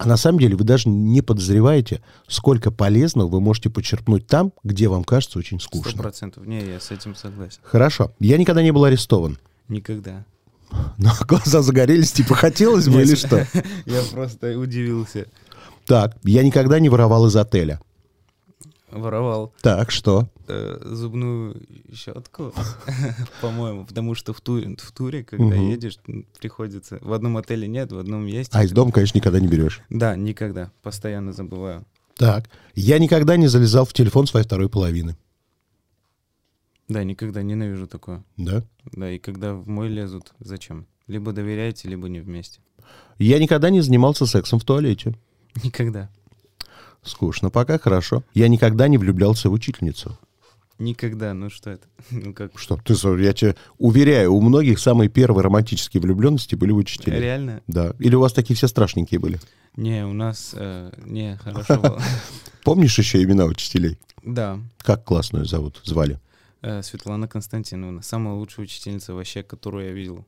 [SPEAKER 2] а на самом деле вы даже не подозреваете, сколько полезного вы можете почерпнуть там, где вам кажется очень
[SPEAKER 4] Сто
[SPEAKER 2] скучно.
[SPEAKER 4] процентов. Не, я с этим согласен.
[SPEAKER 2] Хорошо. Я никогда не был арестован.
[SPEAKER 4] Никогда.
[SPEAKER 2] Но глаза загорелись, типа, хотелось бы или
[SPEAKER 4] Нет.
[SPEAKER 2] что?
[SPEAKER 4] Я просто удивился.
[SPEAKER 2] Так, я никогда не воровал из отеля.
[SPEAKER 4] Воровал
[SPEAKER 2] Так, что?
[SPEAKER 4] э, зубную щетку, по-моему, потому что в туре, в туре, когда
[SPEAKER 2] Мгм.
[SPEAKER 4] едешь, м, приходится. В одном отеле нет, в одном есть.
[SPEAKER 2] А из дома, конечно, никогда не берешь.
[SPEAKER 4] Да, никогда. Постоянно забываю.
[SPEAKER 2] Так, я никогда не залезал в телефон своей второй половины.
[SPEAKER 4] Да, никогда ненавижу такое.
[SPEAKER 2] Да?
[SPEAKER 4] Да, и когда в мой лезут, зачем? Либо доверяете, либо не вместе.
[SPEAKER 2] Я никогда не занимался сексом в туалете.
[SPEAKER 4] Никогда.
[SPEAKER 2] Скучно, пока хорошо. Я никогда не влюблялся в учительницу.
[SPEAKER 4] Никогда. Ну что это? Ну как?
[SPEAKER 2] Что ты, за- я тебе уверяю, у многих самые первые романтические влюбленности были в учителей.
[SPEAKER 4] Реально?
[SPEAKER 2] Да. Или у вас такие все страшненькие были?
[SPEAKER 4] Не, у нас... э, не, хорошо было.
[SPEAKER 2] Помнишь еще имена учителей?
[SPEAKER 4] Да.
[SPEAKER 2] Как классную зовут, звали?
[SPEAKER 4] Э, Светлана Константиновна. Самая лучшая учительница вообще, которую я видел.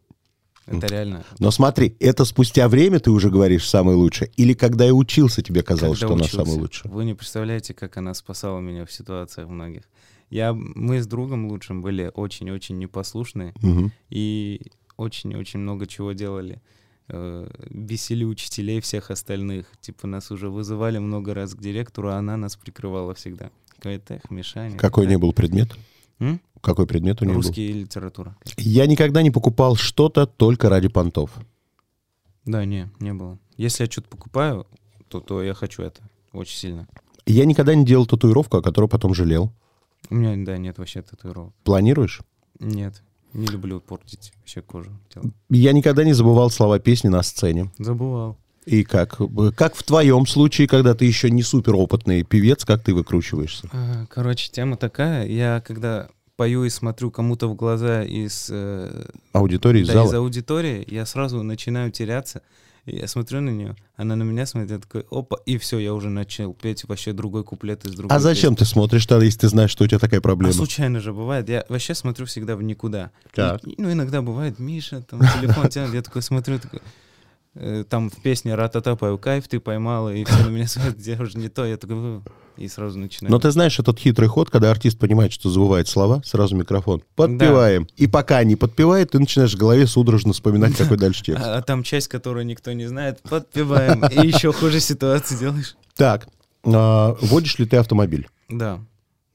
[SPEAKER 4] Это реально.
[SPEAKER 2] Но смотри, это спустя время ты уже говоришь самое лучшее? Или когда я учился, тебе казалось,
[SPEAKER 4] Когда
[SPEAKER 2] что
[SPEAKER 4] учился.
[SPEAKER 2] она самая лучшая?
[SPEAKER 4] Вы не представляете, как она спасала меня в ситуациях многих. Я, мы с другом лучшим были очень-очень непослушные
[SPEAKER 2] Мгм.
[SPEAKER 4] и очень-очень много чего делали. Э, Бесили учителей всех остальных. Типа нас уже вызывали много раз к директору, а она нас прикрывала всегда. Кайтех, Мишаня.
[SPEAKER 2] Какой у нее был предмет?
[SPEAKER 4] М?
[SPEAKER 2] Какой предмет у нее был?
[SPEAKER 4] Русский и литература.
[SPEAKER 2] Я никогда не покупал что-то только ради понтов.
[SPEAKER 4] Да, не, не было. Если я что-то покупаю, то, то я хочу это очень сильно.
[SPEAKER 2] Я никогда не делал татуировку, о которой потом жалел.
[SPEAKER 4] У меня, да, нет вообще татуировок.
[SPEAKER 2] Планируешь?
[SPEAKER 4] Нет, не люблю портить вообще кожу. тела.
[SPEAKER 2] Я никогда не забывал слова песни на сцене.
[SPEAKER 4] Забывал.
[SPEAKER 2] И как? бы- Как в твоем случае, когда ты еще не суперопытный певец, как ты выкручиваешься?
[SPEAKER 4] А, Короче, тема такая. Я когда пою и смотрю кому-то в глаза из, э,
[SPEAKER 2] Аудитории,
[SPEAKER 4] да,
[SPEAKER 2] зала?
[SPEAKER 4] из аудитории, я сразу начинаю теряться. И Я смотрю на нее, она на меня смотрит, я такой, опа, и все, я уже начал петь вообще другой куплет из другой
[SPEAKER 2] А зачем
[SPEAKER 4] песни.
[SPEAKER 2] ты смотришь тогда, если ты знаешь, что у тебя такая
[SPEAKER 4] А
[SPEAKER 2] проблема?
[SPEAKER 4] случайно же бывает, я вообще смотрю всегда в никуда.
[SPEAKER 2] Так.
[SPEAKER 4] И- ну, иногда бывает, Миша, там, телефон тянет, я такой смотрю, такой, э, там в песне «Ра-та-та» пою, кайф ты поймала, и все на меня смотрят, я уже не то, я такой, «Вы». и сразу начинаю.
[SPEAKER 2] Но Ну, ты знаешь этот хитрый ход, когда артист понимает, что забывает слова, сразу микрофон. Подпеваем. И пока не подпевает, ты начинаешь в голове судорожно вспоминать, какой дальше текст.
[SPEAKER 4] А, а там часть, которую никто не знает, подпеваем. И еще хуже ситуации делаешь.
[SPEAKER 2] Так, а, водишь ли ты автомобиль?
[SPEAKER 4] Да,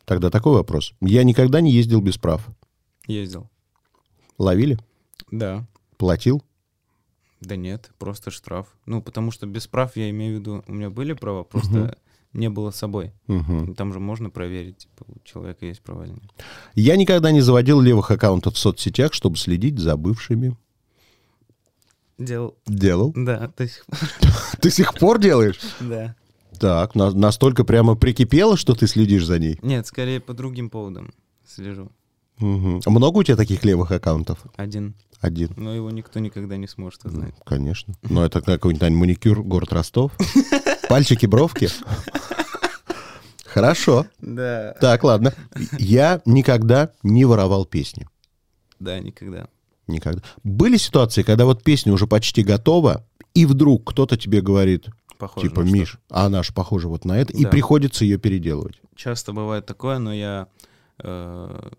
[SPEAKER 2] Тогда такой вопрос. Я никогда не ездил без прав.
[SPEAKER 4] ездил.
[SPEAKER 2] Ловили?
[SPEAKER 4] Да.
[SPEAKER 2] Платил?
[SPEAKER 4] Да нет, просто штраф. Ну, потому что без прав я имею в виду, у меня были права, просто не было с собой.
[SPEAKER 2] Мгм.
[SPEAKER 4] Там же можно проверить, типа, у человека есть права или нет.
[SPEAKER 2] Я никогда не заводил левых аккаунтов в соцсетях, чтобы следить за бывшими.
[SPEAKER 4] Делал.
[SPEAKER 2] Делал.
[SPEAKER 4] Да, то есть,
[SPEAKER 2] Ты сих пор делаешь?
[SPEAKER 4] да.
[SPEAKER 2] Так, на- настолько прямо прикипело, что ты следишь за ней.
[SPEAKER 4] Нет, скорее по другим поводам слежу.
[SPEAKER 2] Мгм. А Много у тебя таких левых аккаунтов?
[SPEAKER 4] Один.
[SPEAKER 2] Один.
[SPEAKER 4] Но его никто никогда не сможет узнать.
[SPEAKER 2] Ну, Конечно. Но это какой-нибудь Тань, маникюр, город Ростов. Пальчики, бровки. Хорошо.
[SPEAKER 4] Да.
[SPEAKER 2] Так, ладно. Я никогда не воровал песни.
[SPEAKER 4] Да, никогда.
[SPEAKER 2] Никогда. Были ситуации, когда вот песня уже почти готова, и вдруг кто-то тебе говорит,
[SPEAKER 4] Похоже.
[SPEAKER 2] типа,
[SPEAKER 4] на что.
[SPEAKER 2] Миш, а она же похожа вот на это, и
[SPEAKER 4] Да.
[SPEAKER 2] приходится ее переделывать.
[SPEAKER 4] часто бывает такое, но я э,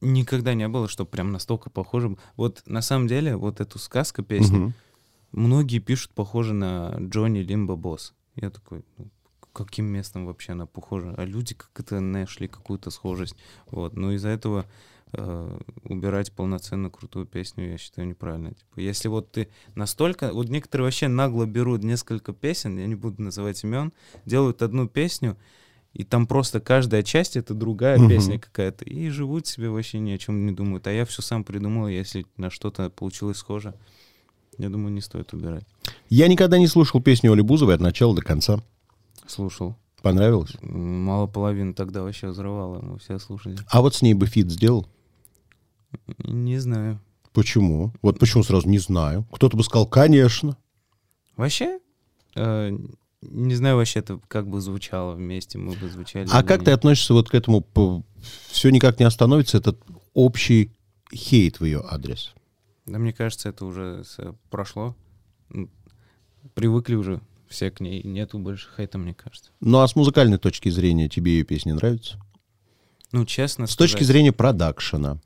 [SPEAKER 4] никогда не было, что прям настолько похоже. Вот на самом деле, вот эту сказку песню
[SPEAKER 2] Мгм.
[SPEAKER 4] многие пишут похоже на Джонни Лимбо Босс. Я такой, ну, каким местом вообще она похожа? А люди как-то нашли какую-то схожесть. Вот, но из-за этого э, убирать полноценно крутую песню, я считаю, неправильно. Типа, если вот ты настолько... Вот некоторые вообще нагло берут несколько песен, я не буду называть имен, делают одну песню, и там просто каждая часть — это другая
[SPEAKER 2] Мгм.
[SPEAKER 4] песня какая-то. И живут себе вообще ни о чем не думают. А я все сам придумал, если на что-то получилось схоже, я думаю, не стоит убирать.
[SPEAKER 2] Я никогда не слушал песню Оли Бузовой от начала до конца.
[SPEAKER 4] Слушал.
[SPEAKER 2] Понравилось?
[SPEAKER 4] М, Мало половины тогда вообще взрывало, мы все слушали.
[SPEAKER 2] А вот с ней бы фит сделал?
[SPEAKER 4] Не знаю.
[SPEAKER 2] Почему? Вот почему сразу не знаю. Кто-то бы сказал, конечно.
[SPEAKER 4] Вообще, э, не знаю вообще, это как бы звучало вместе, мы бы звучали.
[SPEAKER 2] А
[SPEAKER 4] или
[SPEAKER 2] как ты
[SPEAKER 4] нет.
[SPEAKER 2] относишься вот к этому? Все никак не остановится этот общий хейт в ее адрес.
[SPEAKER 4] Да мне кажется, это уже с- э, прошло. М, Привыкли уже все к ней, нету больше хейта, мне кажется.
[SPEAKER 2] Ну а с музыкальной точки зрения тебе ее песни нравятся?
[SPEAKER 4] Ну, честно
[SPEAKER 2] С точки
[SPEAKER 4] сказать,
[SPEAKER 2] зрения продакшена.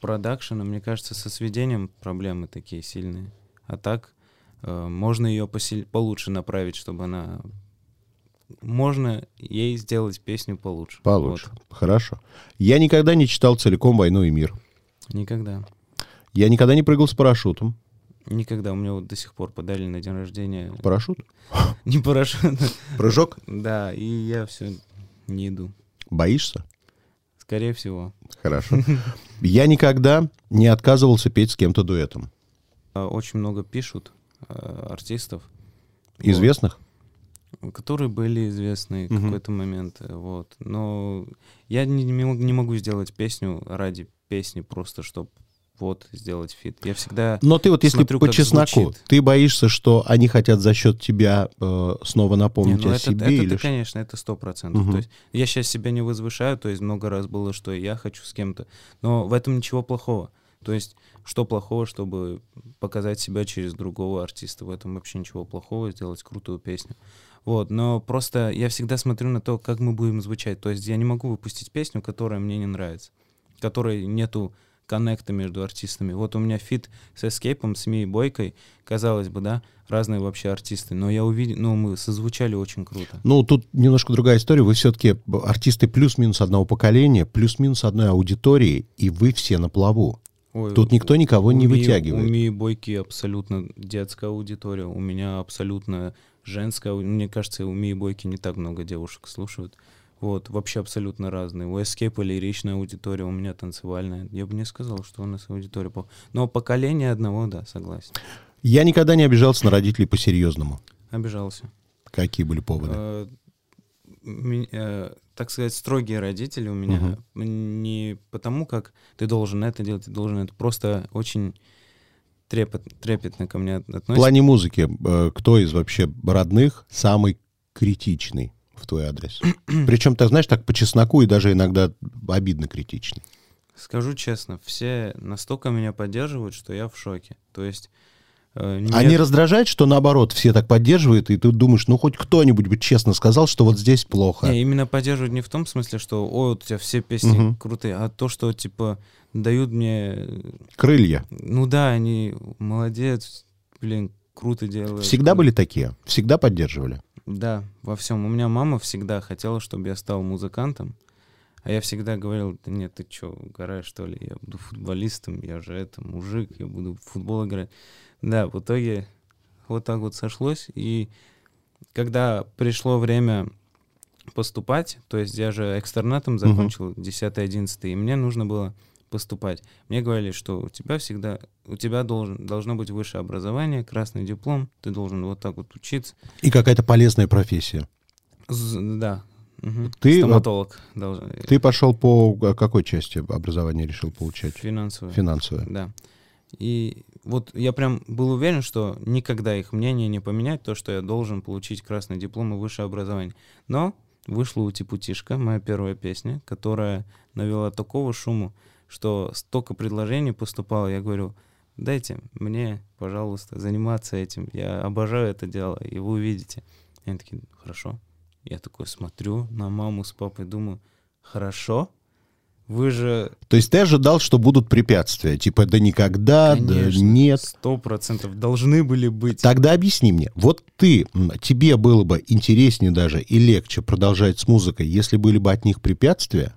[SPEAKER 4] продакшена, мне кажется, со сведением проблемы такие сильные. А так, э, можно ее посиль- получше направить, чтобы она... Можно ей сделать песню получше.
[SPEAKER 2] Получше.
[SPEAKER 4] Вот.
[SPEAKER 2] Хорошо. Я никогда не читал целиком «Войну и мир».
[SPEAKER 4] Никогда.
[SPEAKER 2] Я никогда не прыгал с парашютом.
[SPEAKER 4] Никогда. У меня вот до сих пор подали на день рождения
[SPEAKER 2] Парашют?
[SPEAKER 4] не парашют.
[SPEAKER 2] Прыжок?
[SPEAKER 4] Да, и я все не иду.
[SPEAKER 2] Боишься?
[SPEAKER 4] Скорее всего.
[SPEAKER 2] Хорошо. Я никогда не отказывался петь с кем-то дуэтом.
[SPEAKER 4] А, Очень много пишут э, артистов,
[SPEAKER 2] Известных?
[SPEAKER 4] которые были известны в
[SPEAKER 2] Мгм.
[SPEAKER 4] какой-то момент. э, Вот. Но я не, не мог- не могу сделать песню ради песни, просто чтобы вот сделать фит. Я всегда...
[SPEAKER 2] Но ты вот, если
[SPEAKER 4] Смотрю,
[SPEAKER 2] по
[SPEAKER 4] как
[SPEAKER 2] чесноку,
[SPEAKER 4] звучит.
[SPEAKER 2] ты боишься, что они хотят за счет тебя э, снова
[SPEAKER 4] Не,
[SPEAKER 2] напомнить
[SPEAKER 4] ну
[SPEAKER 2] о
[SPEAKER 4] это,
[SPEAKER 2] себе
[SPEAKER 4] это ты,
[SPEAKER 2] или что?
[SPEAKER 4] конечно, это сто процентов.
[SPEAKER 2] Мгм.
[SPEAKER 4] То есть я сейчас себя не возвышаю, то есть много раз было, что я хочу с кем-то, но в этом ничего плохого. То есть что плохого, чтобы показать себя через другого артиста, в этом вообще ничего плохого, сделать крутую песню. Вот, но просто я всегда смотрю на то, как мы будем звучать. То есть я не могу выпустить песню, которая мне не нравится, которой нету коннекта между артистами. Вот у меня фит с Эскейпом, с Мией Бойкой, казалось бы, да, разные вообще артисты, но я увидел, ну, мы созвучали очень круто.
[SPEAKER 2] Ну, тут немножко другая история. Вы все-таки артисты плюс-минус одного поколения, плюс-минус одной аудитории, и вы все на плаву.
[SPEAKER 4] Ой,
[SPEAKER 2] Тут никто никого не
[SPEAKER 4] у Мии-
[SPEAKER 2] вытягивает.
[SPEAKER 4] У Мии Бойки абсолютно детская аудитория, у меня абсолютно женская. ау- Мне кажется, у Мии Бойки не так много девушек слушают. Вот, вообще абсолютно разные. У Escape лиричная аудитория, у меня танцевальная. Я бы не сказал, что у нас аудитория... пох- Но поколение одного, да, согласен.
[SPEAKER 2] Я никогда не обижался на родителей по-серьезному.
[SPEAKER 4] Обижался.
[SPEAKER 2] Какие были поводы?
[SPEAKER 4] Э, ми- э, так сказать, строгие родители у меня. Не потому, как ты должен это делать, ты должен это. Просто очень трепет, трепетно ко мне от-
[SPEAKER 2] В
[SPEAKER 4] относятся.
[SPEAKER 2] плане музыки, э, кто из вообще родных самый критичный в твой адрес? Причем, ты знаешь, так по чесноку и даже иногда обидно критичный.
[SPEAKER 4] Скажу честно, все настолько меня поддерживают, что я в шоке. То есть... э, нет-
[SPEAKER 2] А не раздражает, что наоборот все так поддерживают, и ты думаешь, ну хоть кто-нибудь бы честно сказал, что вот здесь плохо.
[SPEAKER 4] Не, именно поддерживают не в том смысле, что «Ой, вот у тебя все песни
[SPEAKER 2] Мгм.
[SPEAKER 4] крутые», а то, что, типа, дают мне... э,
[SPEAKER 2] Крылья.
[SPEAKER 4] Ну да, они молодец, блин, круто делают.
[SPEAKER 2] Всегда
[SPEAKER 4] Круто.
[SPEAKER 2] были такие? Всегда поддерживали?
[SPEAKER 4] Да, во всем. У меня мама всегда хотела, чтобы я стал музыкантом. А я всегда говорил, да нет, ты что, угораешь, что ли? Я буду футболистом, я же это, мужик, я буду в футбол играть. Да, в итоге вот так вот сошлось. И когда пришло время поступать, то есть я же экстернатом закончил 10-11, и мне нужно было поступать. Мне говорили, что у тебя всегда, у тебя должен, должно быть высшее образование, красный диплом, ты должен вот так вот учиться.
[SPEAKER 2] И какая-то полезная профессия.
[SPEAKER 4] З- Да. Мгм.
[SPEAKER 2] Ты,
[SPEAKER 4] стоматолог должен.
[SPEAKER 2] Ты пошел по э, какой части образования решил получать?
[SPEAKER 4] финансовый.
[SPEAKER 2] Финансовое.
[SPEAKER 4] Да. И вот я прям был уверен, что никогда их мнение не поменять, то, что я должен получить красный диплом и высшее образование. Но вышла «Утипутишка», моя первая песня, которая навела такого шуму, что столько предложений поступало, я говорю, дайте мне, пожалуйста, заниматься этим, я обожаю это дело, и вы увидите. И они такие, хорошо. Я такой смотрю на маму с папой, думаю, хорошо, вы же
[SPEAKER 2] То есть ты ожидал, что будут препятствия? Типа, да никогда,
[SPEAKER 4] Конечно,
[SPEAKER 2] да нет.
[SPEAKER 4] Сто процентов должны были быть.
[SPEAKER 2] Тогда объясни мне, вот ты, м, тебе было бы интереснее даже и легче продолжать с музыкой, если были бы от них препятствия?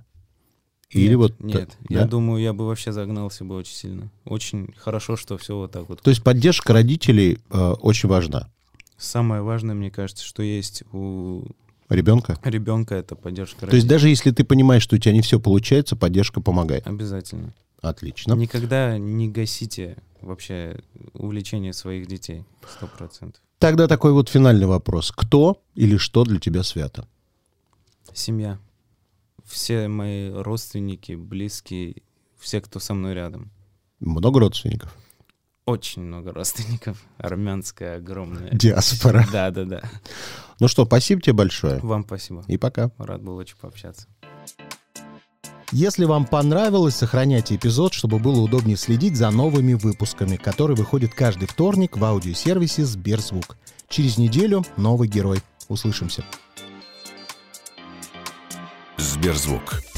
[SPEAKER 2] Или
[SPEAKER 4] Нет,
[SPEAKER 2] вот... та-
[SPEAKER 4] Нет,
[SPEAKER 2] да?
[SPEAKER 4] я думаю, я бы вообще загнался бы очень сильно. Очень хорошо, что все вот так вот.
[SPEAKER 2] То есть поддержка родителей э, очень важна.
[SPEAKER 4] Самое важное, мне кажется, что есть у
[SPEAKER 2] Ребенка?
[SPEAKER 4] ребенка это поддержка
[SPEAKER 2] То есть
[SPEAKER 4] родителей.
[SPEAKER 2] даже если ты понимаешь, что у тебя не все получается, поддержка помогает.
[SPEAKER 4] Обязательно.
[SPEAKER 2] Отлично.
[SPEAKER 4] Никогда не гасите вообще увлечение своих детей. Сто процентов.
[SPEAKER 2] Тогда такой вот финальный вопрос. Кто или что для тебя свято?
[SPEAKER 4] Семья. Все мои родственники, близкие, все, кто со мной рядом.
[SPEAKER 2] Много родственников.
[SPEAKER 4] Очень много родственников. Армянская огромная.
[SPEAKER 2] Диаспора.
[SPEAKER 4] Да, да, да.
[SPEAKER 2] Ну что, спасибо тебе большое.
[SPEAKER 4] Вам спасибо.
[SPEAKER 2] И пока.
[SPEAKER 4] Рад был очень пообщаться.
[SPEAKER 5] Если вам понравилось, сохраняйте эпизод, чтобы было удобнее следить за новыми выпусками, которые выходят каждый вторник в аудиосервисе Сберзвук. Через неделю новый герой. Услышимся.
[SPEAKER 1] Сберзвук.